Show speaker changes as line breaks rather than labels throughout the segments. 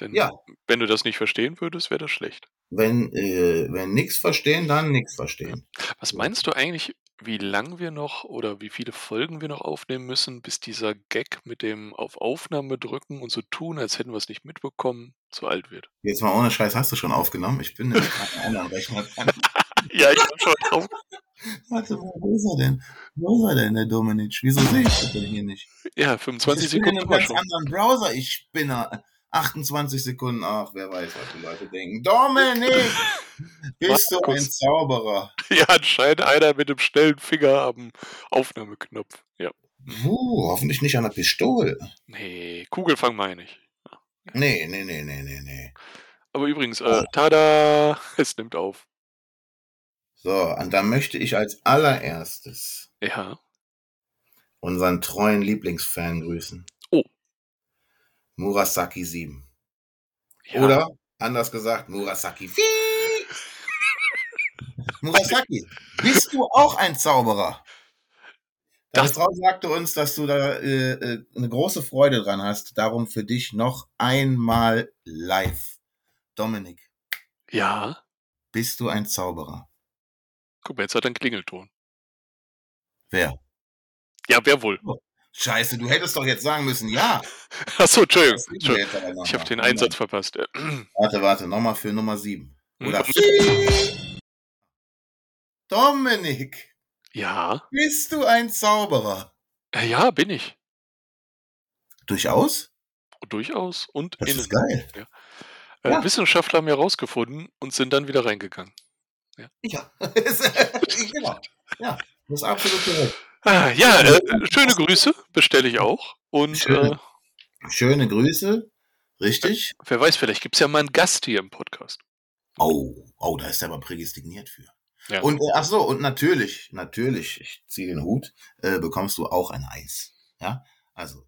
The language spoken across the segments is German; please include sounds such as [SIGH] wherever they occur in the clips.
Denn
Ja.
wenn du das nicht verstehen würdest, wäre das schlecht.
Wenn, äh, wenn nix verstehen, dann nix verstehen.
Was
So.
meinst du eigentlich, wie lang wir noch oder wie viele Folgen wir noch aufnehmen müssen, bis dieser Gag mit dem auf Aufnahme drücken und so tun, als hätten wir es nicht mitbekommen, zu alt wird?
Jetzt mal ohne Scheiß, hast du schon aufgenommen? Ich bin nämlich gerade an anderen Rechner dran.
[LAUGHS] Ja, ich bin schon drauf.
Warte mal, wo ist er denn? Wo ist er denn, der Dominic? Wieso sehe ich das denn hier nicht?
Ja, 25
ich bin
Sekunden
in einem
haben wir
ganz
schon.
anderen Browser, ich spinner. 28 Sekunden, ach, wer weiß, was die Leute denken. Dominik, bist du ein
Markus.
Zauberer?
[LAUGHS] Ja, anscheinend einer mit dem schnellen Finger am Aufnahmeknopf. Ja.
Puh, hoffentlich nicht an der Pistole.
Nee, Kugelfang meine ich.
Nee, nee, nee, nee, nee, nee.
Aber übrigens, äh, tada, es nimmt auf.
So, und dann möchte ich als allererstes
Ja,
unseren treuen Lieblingsfan grüßen.
Oh.
Murasaki 7.
ja.
Oder anders gesagt,
[LAUGHS]
Murasaki. Fie- Murasaki, bist du auch ein Zauberer? Deine
Das-
Frau sagte uns, dass du da äh, äh, eine große Freude dran hast. Darum für dich noch einmal live. Dominik,
Ja,
bist du ein Zauberer?
guck mal, jetzt hat er einen Klingelton.
Wer?
Ja, wer wohl? [LAUGHS]
Scheiße, du hättest doch jetzt sagen müssen, ja.
Achso, Entschuldigung.
Das üben wir
Entschuldigung.
jetzt aber noch
Ich habe
mal.
den Einsatz verpasst.
[CLEARS THROAT]
Äh,
Warte, warte, nochmal für Nummer 7. Oder
Mhm.
Dominik,
Ja,
bist du ein Zauberer?
Äh, ja, bin ich.
Durchaus?
Durchaus. Und
Das
innen.
ist geil.
Äh,
ja.
Wissenschaftler haben herausgefunden und sind dann wieder reingegangen.
Ja, [LAUGHS] genau. Ja, das ist absolut korrekt.
Ah, ja, äh, schöne Grüße, bestelle ich auch. Und äh,
Schöne. Schöne Grüße, richtig?
wer weiß, vielleicht gibt es ja mal einen Gast hier im Podcast.
Oh, oh, da ist er aber prädestiniert für.
Ja.
Und äh, ach so, und natürlich, natürlich, ich ziehe den Hut, äh, bekommst du auch ein Eis. Ja, also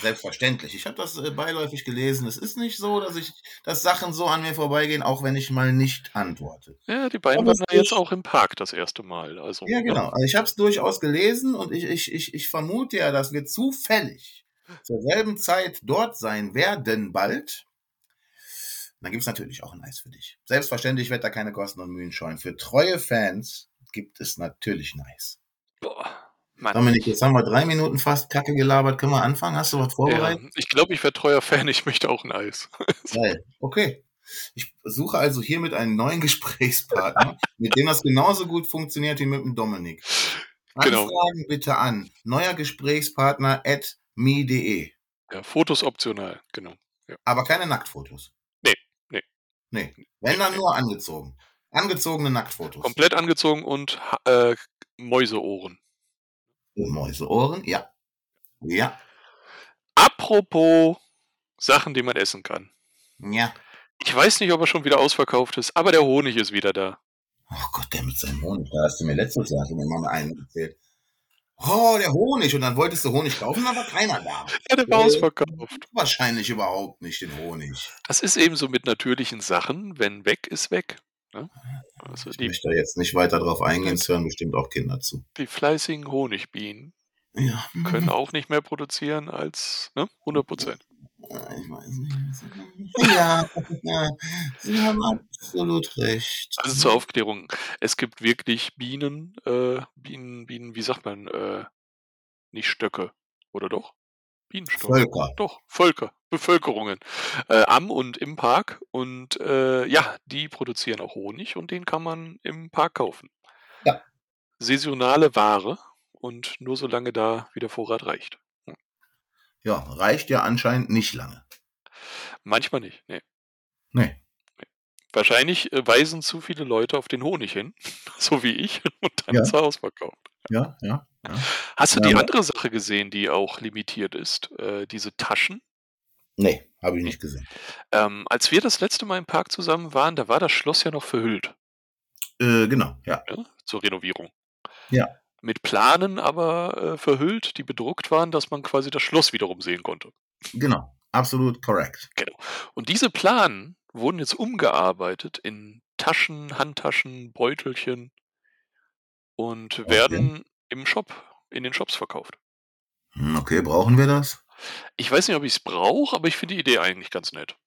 selbstverständlich. Ich habe das äh, beiläufig gelesen. Es ist nicht so, dass ich, dass Sachen so an mir vorbeigehen, auch wenn ich mal nicht antworte.
Ja, die beiden
Aber
waren
es
ja jetzt
ist-
auch im Park das erste Mal. Also,
Ja, genau. Also ich habe es durchaus gelesen und ich, ich, ich, ich vermute ja, dass wir zufällig zur selben Zeit dort sein werden bald. Dann gibt's natürlich auch ein Eis für dich. Selbstverständlich wird da keine Kosten und Mühen scheuen. Für treue Fans gibt es natürlich ein Eis.
Boah, Mann.
Dominik, jetzt haben wir drei Minuten fast Kacke gelabert. Können wir anfangen? Hast du was
Ja,
vorbereitet?
ich glaube, ich wäre treuer Fan, ich möchte auch ein Eis.
Geil. Okay. Ich suche also hiermit einen neuen [LAUGHS] Gesprächspartner, mit dem das genauso gut funktioniert wie mit dem Dominik.
Genau.
Anfragen bitte an neuer Gesprächspartner at me.de.
Ja, Fotos optional, genau.
Aber keine Nacktfotos.
Nee, nee.
Nee. Wenn dann nur angezogen. Angezogene Nacktfotos.
Komplett angezogen und ha- äh, Mäuseohren.
Mäuseohren, ja. Ja.
Apropos Sachen, die man essen kann.
Ja.
Ich weiß nicht, ob er schon wieder ausverkauft ist, aber der Honig ist wieder da.
Oh Gott, der mit seinem Honig. Da hast du mir letztes Jahr schon mal einen erzählt. Oh, der Honig. Und dann wolltest du Honig kaufen, aber keiner da.
Ja, der war
Nee.
ausverkauft.
Wahrscheinlich überhaupt nicht den Honig.
Das ist eben so mit natürlichen Sachen. Wenn weg, ist weg. Ne? Also
Ich
die,
möchte da jetzt nicht weiter drauf eingehen, es hören bestimmt auch Kinder zu.
die fleißigen Honigbienen
Ja. [LAUGHS]
können auch nicht mehr produzieren als ne? 100 Prozent.
Äh, Ich weiß nicht. Ja, ja, Sie haben absolut recht.
Also zur Aufklärung. Es gibt wirklich Bienen, äh, Bienen, Bienen, wie sagt man? Äh, nicht Stöcke, oder doch? Bienenstöcke.
Völker.
Doch, Völker, Bevölkerungen äh, am und im Park. Und äh, ja, die produzieren auch Honig und den kann man im Park kaufen.
Ja.
Saisonale Ware und nur solange da wieder Vorrat reicht.
Ja, reicht ja anscheinend nicht lange.
Manchmal nicht. Nee.
Nee.
Wahrscheinlich äh, weisen zu viele Leute auf den Honig hin, [LAUGHS] so wie ich, [LAUGHS] und dann
Ja.
ist er ausverkauft.
Ja, ja.
Hast du
Ja,
die
aber-
andere Sache gesehen, die auch limitiert ist? Äh, diese Taschen?
Nee, habe ich nicht gesehen.
Ähm, als wir das letzte Mal im Park zusammen waren, da war das Schloss ja noch verhüllt.
Äh, genau, ja.
ne, zur Renovierung.
Ja.
Mit Planen aber äh, verhüllt, die bedruckt waren, dass man quasi das Schloss wiederum sehen konnte.
Genau. Absolut korrekt.
Und diese Planen wurden jetzt umgearbeitet in Taschen, Handtaschen, Beutelchen und werden im Shop, in den Shops verkauft.
Hm, Okay, brauchen wir das?
Ich weiß nicht, ob ich es brauche, aber ich finde die Idee eigentlich ganz nett.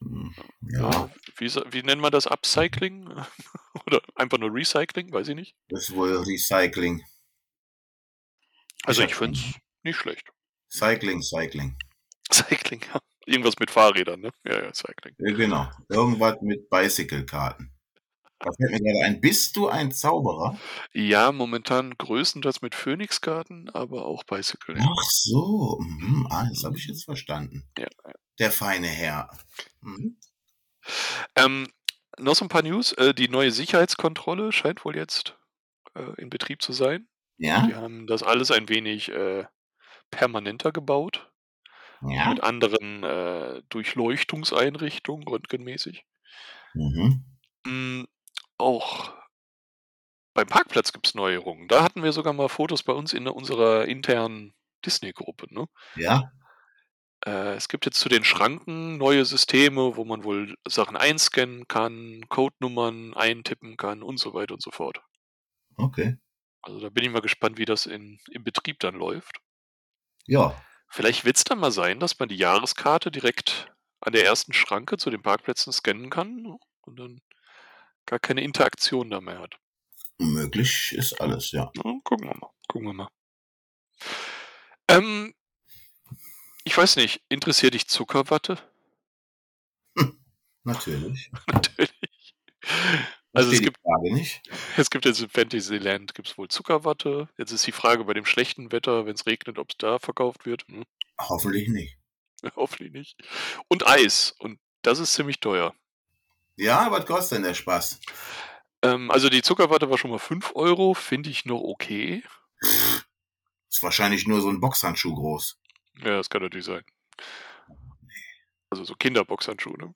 Hm,
Ja,
Ja,
wie, sa- wie nennt man das? Upcycling? [LAUGHS] Oder einfach nur Recycling? Weiß ich nicht.
das ist wohl Recycling.
Also
hab
ich finde es nicht schlecht. [LAUGHS]
Cycling, Cycling.
Cycling, ja. Irgendwas mit Fahrrädern, ne? Ja, ja, Cycling.
Ja, Genau. Irgendwas mit Bicycle-Karten. Was fällt mir gerade ein? Bist du ein Zauberer?
Ja, momentan größtenteils mit Phoenixgarten, aber auch Bicycle, ja.
Ach so. Mhm. Ah, das habe ich jetzt verstanden.
Ja.
Der feine Herr. Mhm.
Ähm, noch so ein paar News. Äh, die neue Sicherheitskontrolle scheint wohl jetzt äh, in Betrieb zu sein.
Ja?
Die haben das alles ein wenig äh, permanenter gebaut,
Ja.
mit anderen äh, Durchleuchtungseinrichtungen, röntgenmäßig.
Mhm.
Mm, auch beim Parkplatz gibt es Neuerungen. Da hatten wir sogar mal Fotos bei uns in unserer internen Disney-Gruppe. Ne?
Ja.
Äh, es gibt jetzt zu den Schranken neue Systeme, wo man wohl Sachen einscannen kann, Codenummern eintippen kann und so weiter und so fort.
Okay.
Also da bin ich mal gespannt, wie das in, im Betrieb dann läuft.
Ja.
Vielleicht wird es dann mal sein, dass man die Jahreskarte direkt an der ersten Schranke zu den Parkplätzen scannen kann ne? und dann gar keine Interaktion da mehr hat.
Möglich ist alles, ja.
Na, gucken wir mal. Gucken wir mal. Ähm, ich weiß nicht, interessiert dich Zuckerwatte? [LAUGHS]
Natürlich.
Natürlich. Also es
Verstehe
gibt,
die Frage nicht.
es gibt jetzt in Fantasyland gibt's wohl Zuckerwatte. Jetzt ist die Frage bei dem schlechten Wetter, wenn es regnet, ob es da verkauft wird. Hm, [LAUGHS]
Hoffentlich nicht.
hoffentlich nicht. Und Eis. Und das ist ziemlich teuer.
Ja, was kostet denn der Spaß?
Ähm, also die Zuckerwatte war schon mal 5 Euro, finde ich noch okay.
Ist wahrscheinlich nur so ein Boxhandschuh groß.
Ja, das kann natürlich sein. Also so Kinderboxhandschuhe. Ne?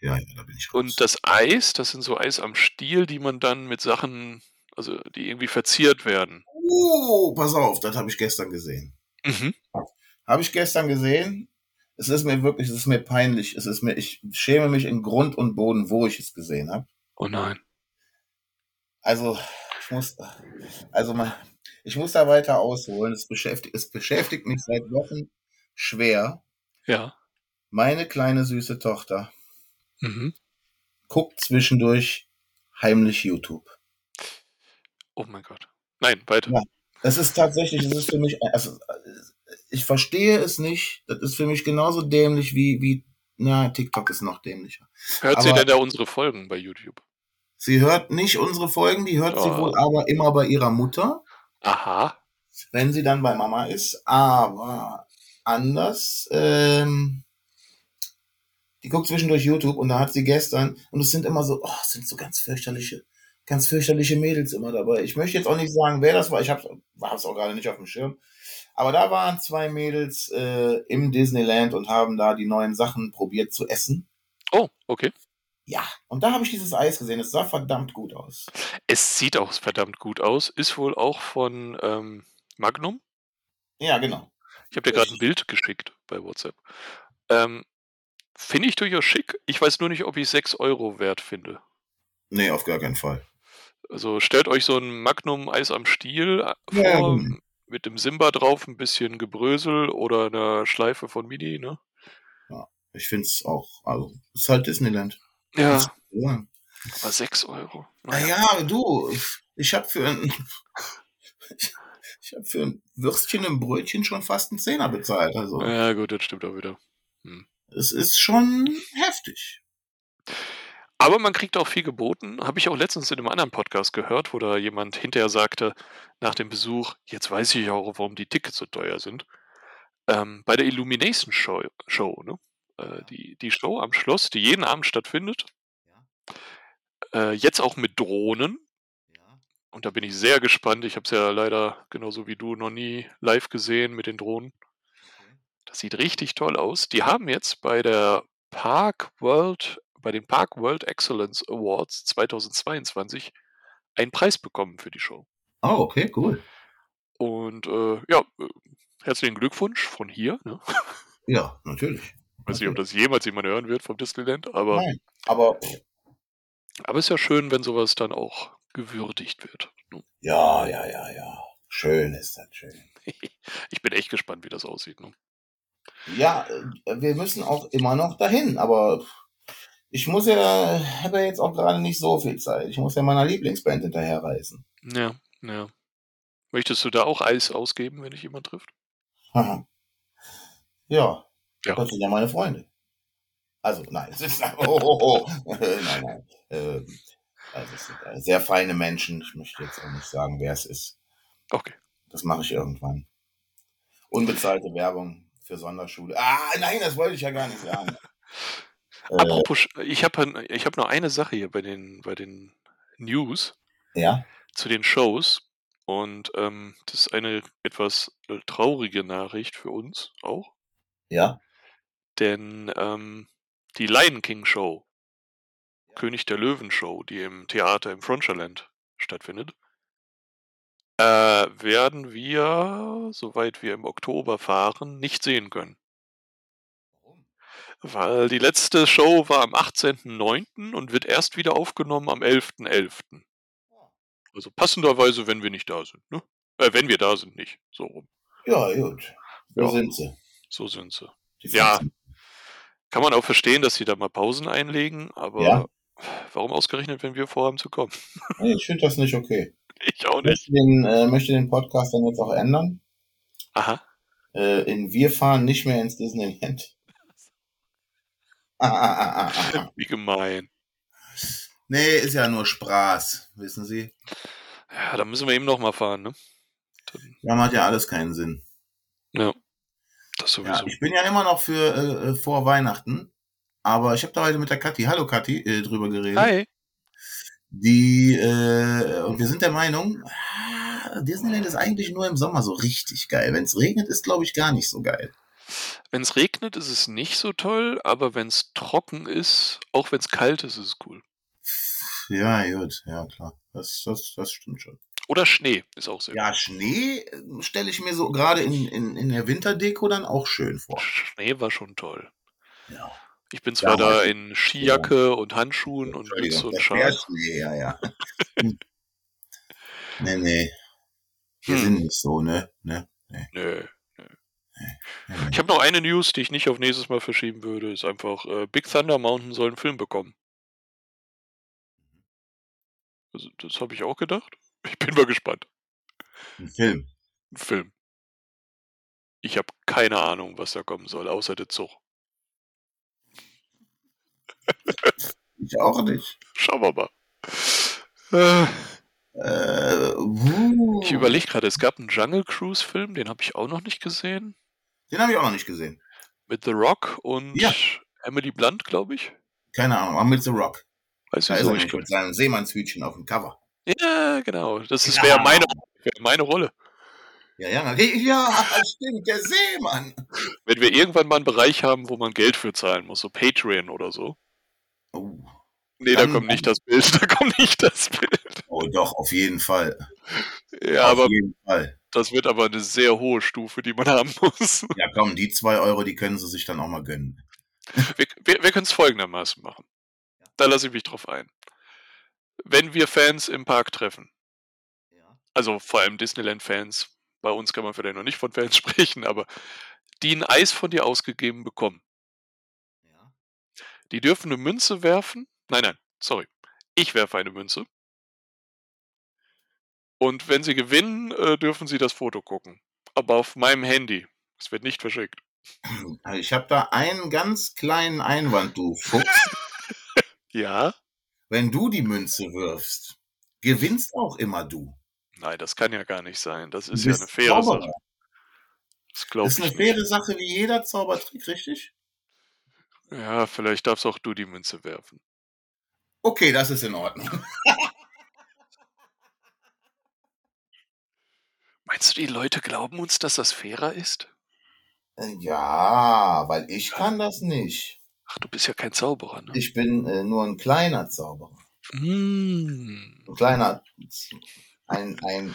Ja, ja, da bin ich raus.
Und das Eis, das sind so Eis am Stiel, die man dann mit Sachen, also die irgendwie verziert werden.
Oh, pass auf, das habe ich gestern gesehen.
Mhm.
Habe ich gestern gesehen. Es ist mir wirklich, es ist mir peinlich. Es ist mir, ich schäme mich in Grund und Boden, wo ich es gesehen habe.
Oh nein.
Also, ich muss, also mal, ich muss da weiter ausholen. Es beschäftigt, es beschäftigt mich seit Wochen schwer.
Ja.
Meine kleine süße Tochter
Mhm.
guckt zwischendurch heimlich YouTube.
Oh mein Gott. Nein, weiter.
Ja. Es ist tatsächlich, es ist für mich, also, ich verstehe es nicht. Das ist für mich genauso dämlich wie, wie, na, TikTok ist noch dämlicher.
Hört sie
Aber-
denn da unsere Folgen bei YouTube?
Sie hört nicht unsere Folgen, die hört sie
Oh.
wohl aber immer bei ihrer Mutter,
Aha.
wenn sie dann bei Mama ist. Aber anders, ähm, die guckt zwischendurch YouTube und da hat sie gestern, und es sind immer so, oh, es sind so ganz fürchterliche, ganz fürchterliche Mädels immer dabei. Ich möchte jetzt auch nicht sagen, wer das war, ich hab's, hab's auch gerade nicht auf dem Schirm. Aber da waren zwei Mädels äh, im Disneyland und haben da die neuen Sachen probiert zu essen.
Oh, okay.
Ja, und da habe ich dieses Eis gesehen. Es sah verdammt gut aus.
Es sieht auch verdammt gut aus. Ist wohl auch von ähm, Magnum.
Ja, genau.
Ich habe dir gerade ein Bild geschickt bei WhatsApp. Ähm, finde ich durchaus schick. Ich weiß nur nicht, ob ich 6 Euro wert finde.
Nee, auf gar keinen Fall.
Also stellt euch so ein Magnum Eis am Stiel äh,
Ja,
vor,
genau.
mit dem Simba drauf, ein bisschen Gebrösel oder einer Schleife von Mini, ne?
Ich finde es auch, also, es ist halt Disneyland.
Ja.
Ja,
Aber 6 Euro.
Na
Naja.
ja du, ich habe für ein, [LAUGHS] ich hab für ein Würstchen im Brötchen schon fast einen Zehner bezahlt. Also,
Ja, gut, das stimmt auch wieder.
es ist schon heftig.
Aber man kriegt auch viel geboten. Habe ich auch letztens in einem anderen Podcast gehört, wo da jemand hinterher sagte, nach dem Besuch, jetzt weiß ich auch, warum die Tickets so teuer sind. Ähm, bei der Illumination Show, Show ne? äh, die, die Show am Schloss, die jeden Abend stattfindet, äh, jetzt auch mit Drohnen. Und da bin ich sehr gespannt. Ich habe es ja leider genauso wie du noch nie live gesehen mit den Drohnen. Das sieht richtig toll aus. Die haben jetzt bei der Park World, bei den Park World Excellence Awards 2022 einen Preis bekommen für die Show.
Oh, okay, cool.
Und äh, ja, äh, herzlichen Glückwunsch von hier. Ne?
Ja, natürlich.
Weiß nicht, ob das jemals jemand hören wird vom Disneyland, aber,
Nein, aber
aber ist ja schön, wenn sowas dann auch gewürdigt wird. ne?
ja, ja, ja, ja. Schön ist das schön.
Ich bin echt gespannt, wie das aussieht. Ne?
Ja, äh, wir müssen auch immer noch dahin, aber Ich muss ja, habe ja jetzt auch gerade nicht so viel Zeit. Ich muss ja meiner Lieblingsband hinterherreisen.
Ja, ja. Möchtest du da auch Eis ausgeben, wenn dich jemand trifft?
Haha. ja,
Ja.
das sind ja meine Freunde. Also, nein, das ist, [LAUGHS] oh, oh, oh. nein, nein. Ähm, also, es sind äh, sehr feine Menschen. Ich möchte jetzt auch nicht sagen, wer es ist.
Okay.
Das mache ich irgendwann. Unbezahlte Werbung für Sonderschule. Ah, nein, das wollte ich ja gar nicht sagen. äh,
Apropos, Sch- ich habe ich hab noch eine Sache hier bei den, bei den News
[LAUGHS] ja,
zu den Shows. Und ähm, das ist eine etwas äh, traurige Nachricht für uns auch.
ja.
Denn ähm, die Lion King Show, König der Löwen Show, die im Theater im Frontierland stattfindet, äh, werden wir, soweit wir im Oktober fahren, nicht sehen können.
Warum?
Weil die letzte Show war am 18.09. und wird erst wieder aufgenommen am 11.11. Also passenderweise, wenn wir nicht da sind. Ne? Äh, wenn wir da sind, nicht. So rum.
Ja, gut. Wo
Ja.
sind sie?
So sind sie.
Die
Ja.
Franzen.
Kann man auch verstehen, dass sie da mal Pausen einlegen, aber
Ja.
warum ausgerechnet, wenn wir vorhaben zu kommen? [LAUGHS]
Nee, ich finde das nicht okay.
Ich auch
Ich
nicht.
möchte den, äh, möchte den Podcast dann jetzt auch ändern.
Aha.
Äh, in Wir fahren nicht mehr ins Disneyland. Ah, ah, ah, ah, ah, ah.
Wie gemein.
Nee, ist ja nur Spaß, wissen Sie.
Ja, da müssen wir eben nochmal fahren, ne?
Da macht ja alles keinen Sinn.
Das
Ja,
sowieso.
ich bin ja immer noch für äh, äh, vor Weihnachten, aber ich habe da heute mit der Kathi, hallo Kathi, äh, drüber geredet.
Hi.
Die äh, und wir sind der Meinung, ah, Disneyland ist eigentlich nur im Sommer so richtig geil. Wenn es regnet, ist glaube ich gar nicht so geil.
Wenn es regnet, ist es nicht so toll, aber wenn es trocken ist, auch wenn es kalt ist, ist es cool.
Ja, gut, ja klar, das das, das stimmt schon.
Oder Schnee ist auch sehr
Ja, Schnee äh, stelle ich mir so gerade in, in, in der Winterdeko dann auch schön
gut.
vor.
Schnee war schon toll.
Ja.
Ich bin zwar
Ja,
da in Skijacke und Handschuhen und Mütze und
das
Schal.
Schnee, ja, ja. Hm. nee, nee, wir
Hm,
sind nicht so, ne, ne.
nö.
Nee, nee.
Ich habe noch eine News, die ich nicht auf nächstes Mal verschieben würde. Ist einfach, äh, Big Thunder Mountain soll einen Film bekommen. Also, das habe ich auch gedacht. [LAUGHS] Ich bin mal gespannt.
Ein Film.
Ein Film. Ich habe keine Ahnung, was da kommen soll, außer der Zug.
Ich auch nicht.
Schauen wir mal. Äh,
Äh, wuh.
Ich überlege gerade, es gab einen Jungle Cruise-Film, den habe ich auch noch nicht gesehen.
Den habe ich auch noch nicht gesehen.
Mit The Rock und
Ja.
Emily Blunt, glaube ich.
Keine Ahnung, aber mit The Rock.
Weiß
Da
ich
ist er
so, ich
nämlich mit seinem Seemannshütchen auf dem Cover.
glaub- Ja, genau. Das ist-
Ja.
wäre meine, wär meine Rolle.
Ja, ja, na- ja, stimmt, der Seemann.
Wenn wir irgendwann mal einen Bereich haben, wo man Geld für zahlen muss, so Patreon oder so.
Oh,
Nee,
Dann-
da kommt nicht das Bild. [LAUGHS] Da kommt nicht das Bild.
oh doch, auf jeden Fall.
Ja,
auf
aber
jeden Fall.
das wird aber eine sehr hohe Stufe, die man [LAUGHS] haben muss.
Ja, komm, die zwei Euro, die können sie sich dann auch mal gönnen.
Wir, wir, wir können es folgendermaßen machen. Da lasse ich mich drauf ein. Wenn wir Fans im Park treffen,
Ja.
also vor allem Disneyland-Fans, bei uns kann man vielleicht noch nicht von Fans [LAUGHS] sprechen, aber die ein Eis von dir ausgegeben bekommen,
Ja.
die dürfen eine Münze werfen. Nein, nein, sorry. Ich werfe eine Münze. Und wenn sie gewinnen, äh, dürfen sie das Foto gucken. Aber auf meinem Handy. Es wird nicht verschickt.
[CLEARS THROAT] Also Ich habe da einen ganz kleinen Einwand, du Fuchs.
Ja?
Wenn du die Münze wirfst, gewinnst auch immer du.
Nein, das kann ja gar nicht sein. Das
Du
ist ja
bist
eine faire
Zauberer.
Sache. Das
Das
glaube
ist
ich
eine
nicht.
faire Sache wie jeder Zaubertrick, richtig?
Ja, vielleicht darfst auch du die Münze werfen.
Okay, das ist in Ordnung.
Meinst du, die Leute glauben uns, dass das fairer ist?
Äh, Ja, weil ich kann das nicht.
Ach, du bist ja kein Zauberer, ne?
Ich bin äh, nur ein kleiner Zauberer.
Mm,
Ein kleiner, ein, ein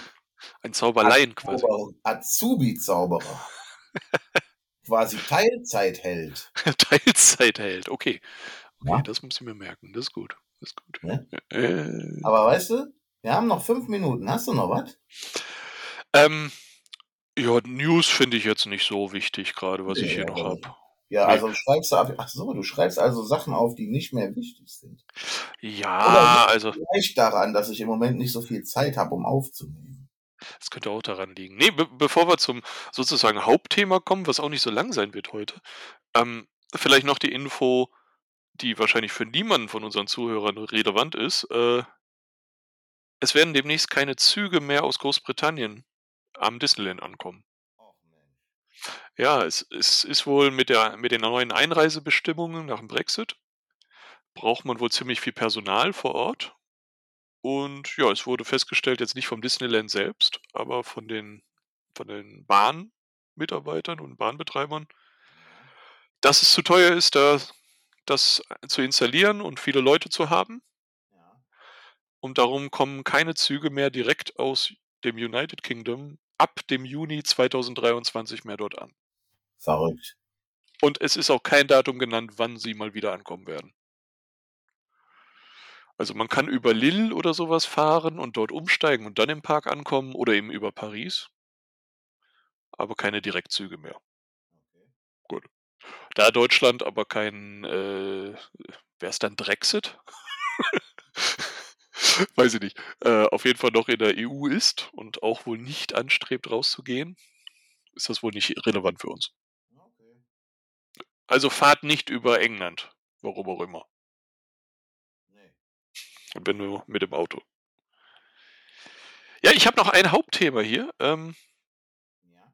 ein Zauberlein quasi.
Zauberer- Azubi-Zauberer.
[LAUGHS]
Quasi Teilzeitheld.
[LAUGHS] Teilzeit hält. Okay. Okay,
Ja.
das muss ich mir merken. Das ist gut. Das ist gut.
Ne?
Äh,
Aber weißt du, wir haben noch fünf Minuten. Hast du noch was?
ähm, ja, News finde ich jetzt nicht so wichtig, gerade was ich
Nee,
hier noch
aber-
habe.
Ja, also schreibst du ab. Ach so, du schreibst also Sachen auf, die nicht mehr wichtig sind.
Ja,
Oder-
also
Vielleicht daran, dass ich im Moment nicht so viel Zeit habe, um aufzunehmen.
es könnte auch daran liegen. Nee, be bevor wir zum sozusagen Hauptthema kommen, was auch nicht so lang sein wird heute, ähm, vielleicht noch die Info, die wahrscheinlich für niemanden von unseren Zuhörern relevant ist. Äh, es werden demnächst keine Züge mehr aus Großbritannien am Disneyland ankommen.
Ach, Mensch.
Ja, es, es ist wohl mit, der, mit den neuen Einreisebestimmungen nach dem Brexit braucht man wohl ziemlich viel Personal vor Ort. Und ja, es wurde festgestellt, jetzt nicht vom Disneyland selbst, aber von den, von den Bahnmitarbeitern und Bahnbetreibern, dass es zu teuer ist, da, das zu installieren und viele Leute zu haben.
Ja.
Und darum kommen keine Züge mehr direkt aus dem United Kingdom ab dem Juni 2023 mehr dort an.
Verrückt.
Und es ist auch kein Datum genannt, wann sie mal wieder ankommen werden. Also man kann über Lille oder sowas fahren und dort umsteigen und dann im Park ankommen oder eben über Paris. Aber keine Direktzüge mehr.
Okay.
Da Deutschland aber kein, äh, wäre es dann Brexit? [LAUGHS] Weiß ich nicht. Äh, auf jeden Fall noch in der EU ist und auch wohl nicht anstrebt, rauszugehen, ist das wohl nicht relevant für uns.
Okay.
Also fahrt nicht über England, warum auch immer.
Nee.
Und wenn nur mit dem Auto. Ja, ich habe noch ein Hauptthema hier. Ähm,
Ja.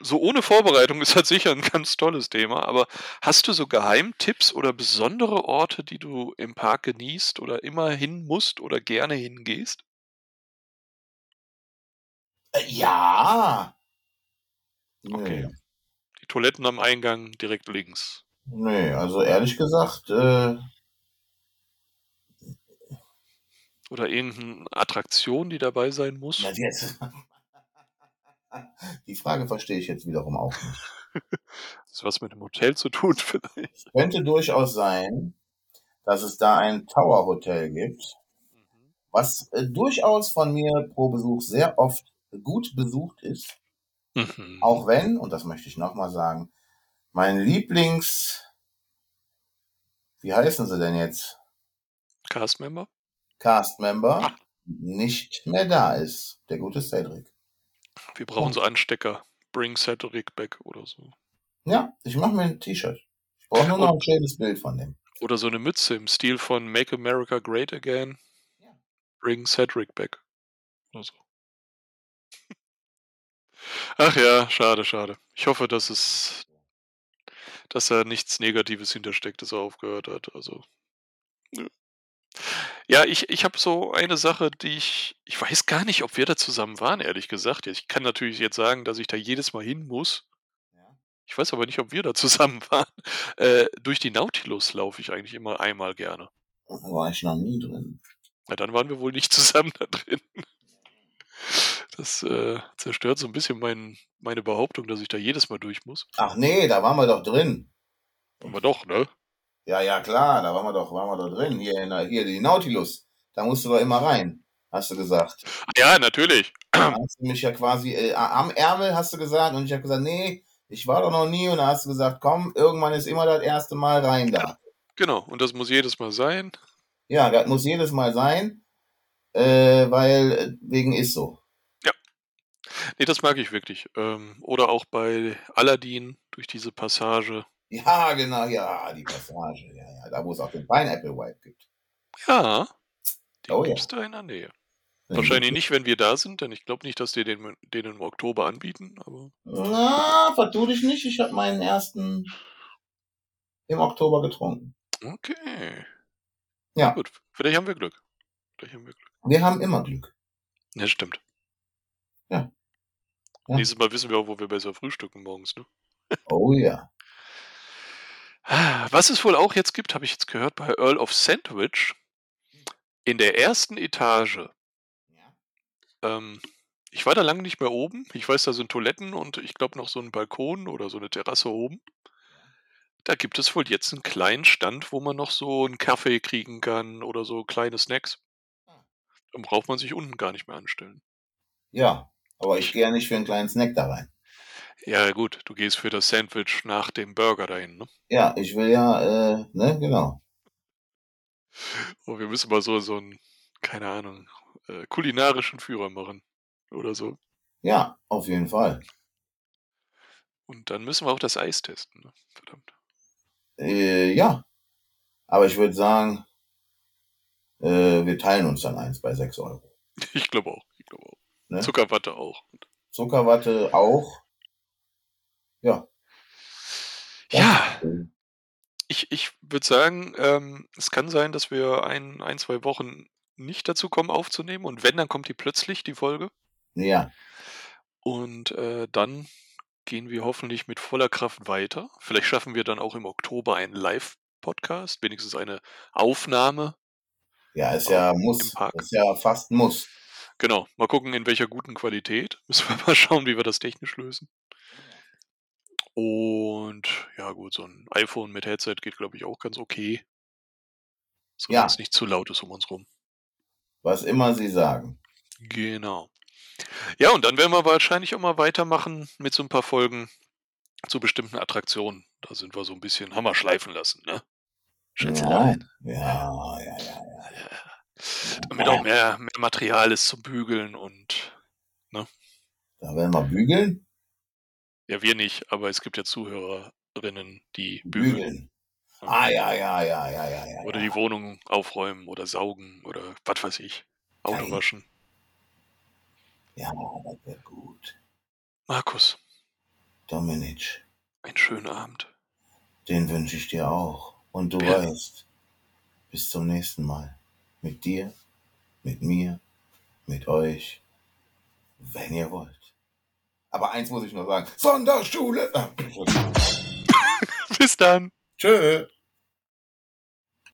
so ohne Vorbereitung [LAUGHS] ist das sicher ein ganz tolles Thema, aber hast du so Geheimtipps oder besondere Orte, die du im Park genießt oder immer hin musst oder gerne hingehst?
Äh, ja. Nee.
Okay. Die Toiletten am Eingang direkt links.
Nee, also ehrlich gesagt, äh,
Oder irgendeine Attraktion, die dabei sein muss.
das jetzt. [LAUGHS] Die Frage verstehe ich jetzt wiederum auch. nicht.
Ist was mit dem Hotel zu tun [LAUGHS] vielleicht.
Könnte durchaus sein, dass es da ein Tower Hotel gibt, was äh, durchaus von mir pro Besuch sehr oft gut besucht ist.
Mhm.
Auch wenn, und das möchte ich nochmal sagen, mein Lieblings, wie heißen sie denn jetzt?
Mhm. Castmember?
Cast-Member
Ah.
nicht mehr da ist. Der gute Cedric.
Wir brauchen so Anstecker. Bring Cedric back oder so.
Ja, ich mache mir ein T-Shirt. Ich brauche nur noch ein schönes Bild von dem.
Oder so eine Mütze im Stil von Make America Great Again.
Ja.
Bring Cedric back. Oder so. Ach ja, schade, schade. Ich hoffe, dass es, dass da nichts Negatives hintersteckt, dass er aufgehört hat. Also. ja. Ja, ich, ich habe so eine Sache, die ich. Ich weiß gar nicht, ob wir da zusammen waren, ehrlich gesagt. Ich kann natürlich jetzt sagen, dass ich da jedes Mal hin muss.
Ja.
Ich weiß aber nicht, ob wir da [LAUGHS] zusammen waren. Äh, durch die Nautilus laufe ich eigentlich immer einmal gerne.
Da war ich noch nie drin.
Na, dann waren wir wohl nicht [LAUGHS] zusammen da drin. Das äh, zerstört so ein bisschen mein, meine Behauptung, dass ich da jedes Mal durch muss.
Ach nee, da waren wir doch drin.
Aber doch, ne?
Ja, ja, klar, da waren wir doch, waren wir doch drin. Hier, in der, hier die Nautilus. Da musst du doch immer rein, hast du gesagt.
Ja, natürlich. [CLEARS THROAT]
Da hast du mich ja quasi äh, am Ärmel, hast du gesagt. Und ich habe gesagt, nee, ich war doch noch nie. Und da hast du gesagt, komm, irgendwann ist immer das erste Mal rein da.
Genau. Und das muss jedes Mal sein.
Ja, das muss jedes Mal sein, äh, weil äh, wegen ist so.
Nee, das mag ich wirklich. Ähm, oder auch bei Aladdin durch diese Passage.
Ja, genau, ja, die Passage, ja, ja, da wo es auch den Pineapple Wipe gibt.
Ja. Die
Oh ja.
gibt's da in der Nähe. Wahrscheinlich nicht, wenn wir da sind, denn ich glaube nicht, dass die den, den im Oktober anbieten. Aber
Na, vertu dich nicht, ich habe meinen ersten im Oktober getrunken.
okay.
Ja.
Gut, vielleicht haben wir Glück. Vielleicht haben wir Glück.
Wir haben immer Glück.
Ja, stimmt.
Ja. Ja.
Nächstes Mal wissen wir auch, wo wir besser frühstücken morgens, ne?
Oh ja.
Ah, Was es wohl auch jetzt gibt, habe ich jetzt gehört, bei Earl of Sandwich. In der ersten Etage. Ähm, ich war da lange nicht mehr oben. Ich weiß, da sind Toiletten und ich glaube noch so einen Balkon oder so eine Terrasse oben. Da gibt es wohl jetzt einen kleinen Stand, wo man noch so einen Kaffee kriegen kann oder so kleine Snacks.
Ah.
Dann braucht man sich unten gar nicht mehr anstellen.
Ja, aber ich gehe ja nicht für einen kleinen Snack da rein.
Ja, gut, du gehst für das Sandwich nach dem Burger dahin, ne?
Ja, ich will ja, äh, ne, genau.
Oh, wir müssen mal so, so einen, keine Ahnung, äh, kulinarischen Führer machen. Oder so.
Ja, auf jeden Fall.
Und dann müssen wir auch das Eis testen, ne? Verdammt. [LAUGHS]
Äh, ja. Aber ich würde sagen, äh, wir teilen uns dann eins bei 6 Euro.
Ich glaube auch. Ich glaube auch.
Ne?
Zuckerwatte auch.
Zuckerwatte auch. Ja.
Ja. Ich, ich würde sagen, ähm, es kann sein, dass wir ein, ein, zwei Wochen nicht dazu kommen aufzunehmen und wenn, dann kommt die plötzlich, die Folge.
Ja,
Und äh, dann gehen wir hoffentlich mit voller Kraft weiter. Vielleicht schaffen wir dann auch im Oktober einen Live-Podcast, wenigstens eine Aufnahme.
ja, ist ja
Im
muss.
Park.
Ist ja fast muss.
Genau, mal gucken, in welcher guten Qualität. [LAUGHS] Müssen wir mal schauen, wie wir das technisch lösen. Und ja gut, so ein iPhone mit Headset geht, glaube ich, auch ganz okay. Solange
Ja.
es nicht zu laut ist um uns rum.
Was immer sie sagen.
Genau. Ja, und dann werden wir wahrscheinlich auch mal weitermachen mit so ein paar Folgen zu bestimmten Attraktionen. Da sind wir so ein bisschen Hammer schleifen lassen, ne? Schätzelein.
Ja, ja, ja.
Damit auch mehr, mehr Material ist zum Bügeln und
Da werden wir bügeln.
ja, wir nicht, aber es gibt ja Zuhörerinnen, die bügeln.
Bügeln. Ah, ja, ja, ja, ja, ja, ja.
Oder die Wohnung aufräumen oder saugen oder was weiß ich. Auto
Geil.
waschen.
Ja, das wird gut.
Markus,
Dominic,
einen schönen Abend.
den wünsche ich dir auch. Und du
Ja.
weißt, bis zum nächsten Mal. Mit dir, mit mir, mit euch, wenn ihr wollt. Aber eins muss ich noch sagen. Sonderschule. Ah, Entschuldigung.
Bis dann.
[CLEARS THROAT] Tschö.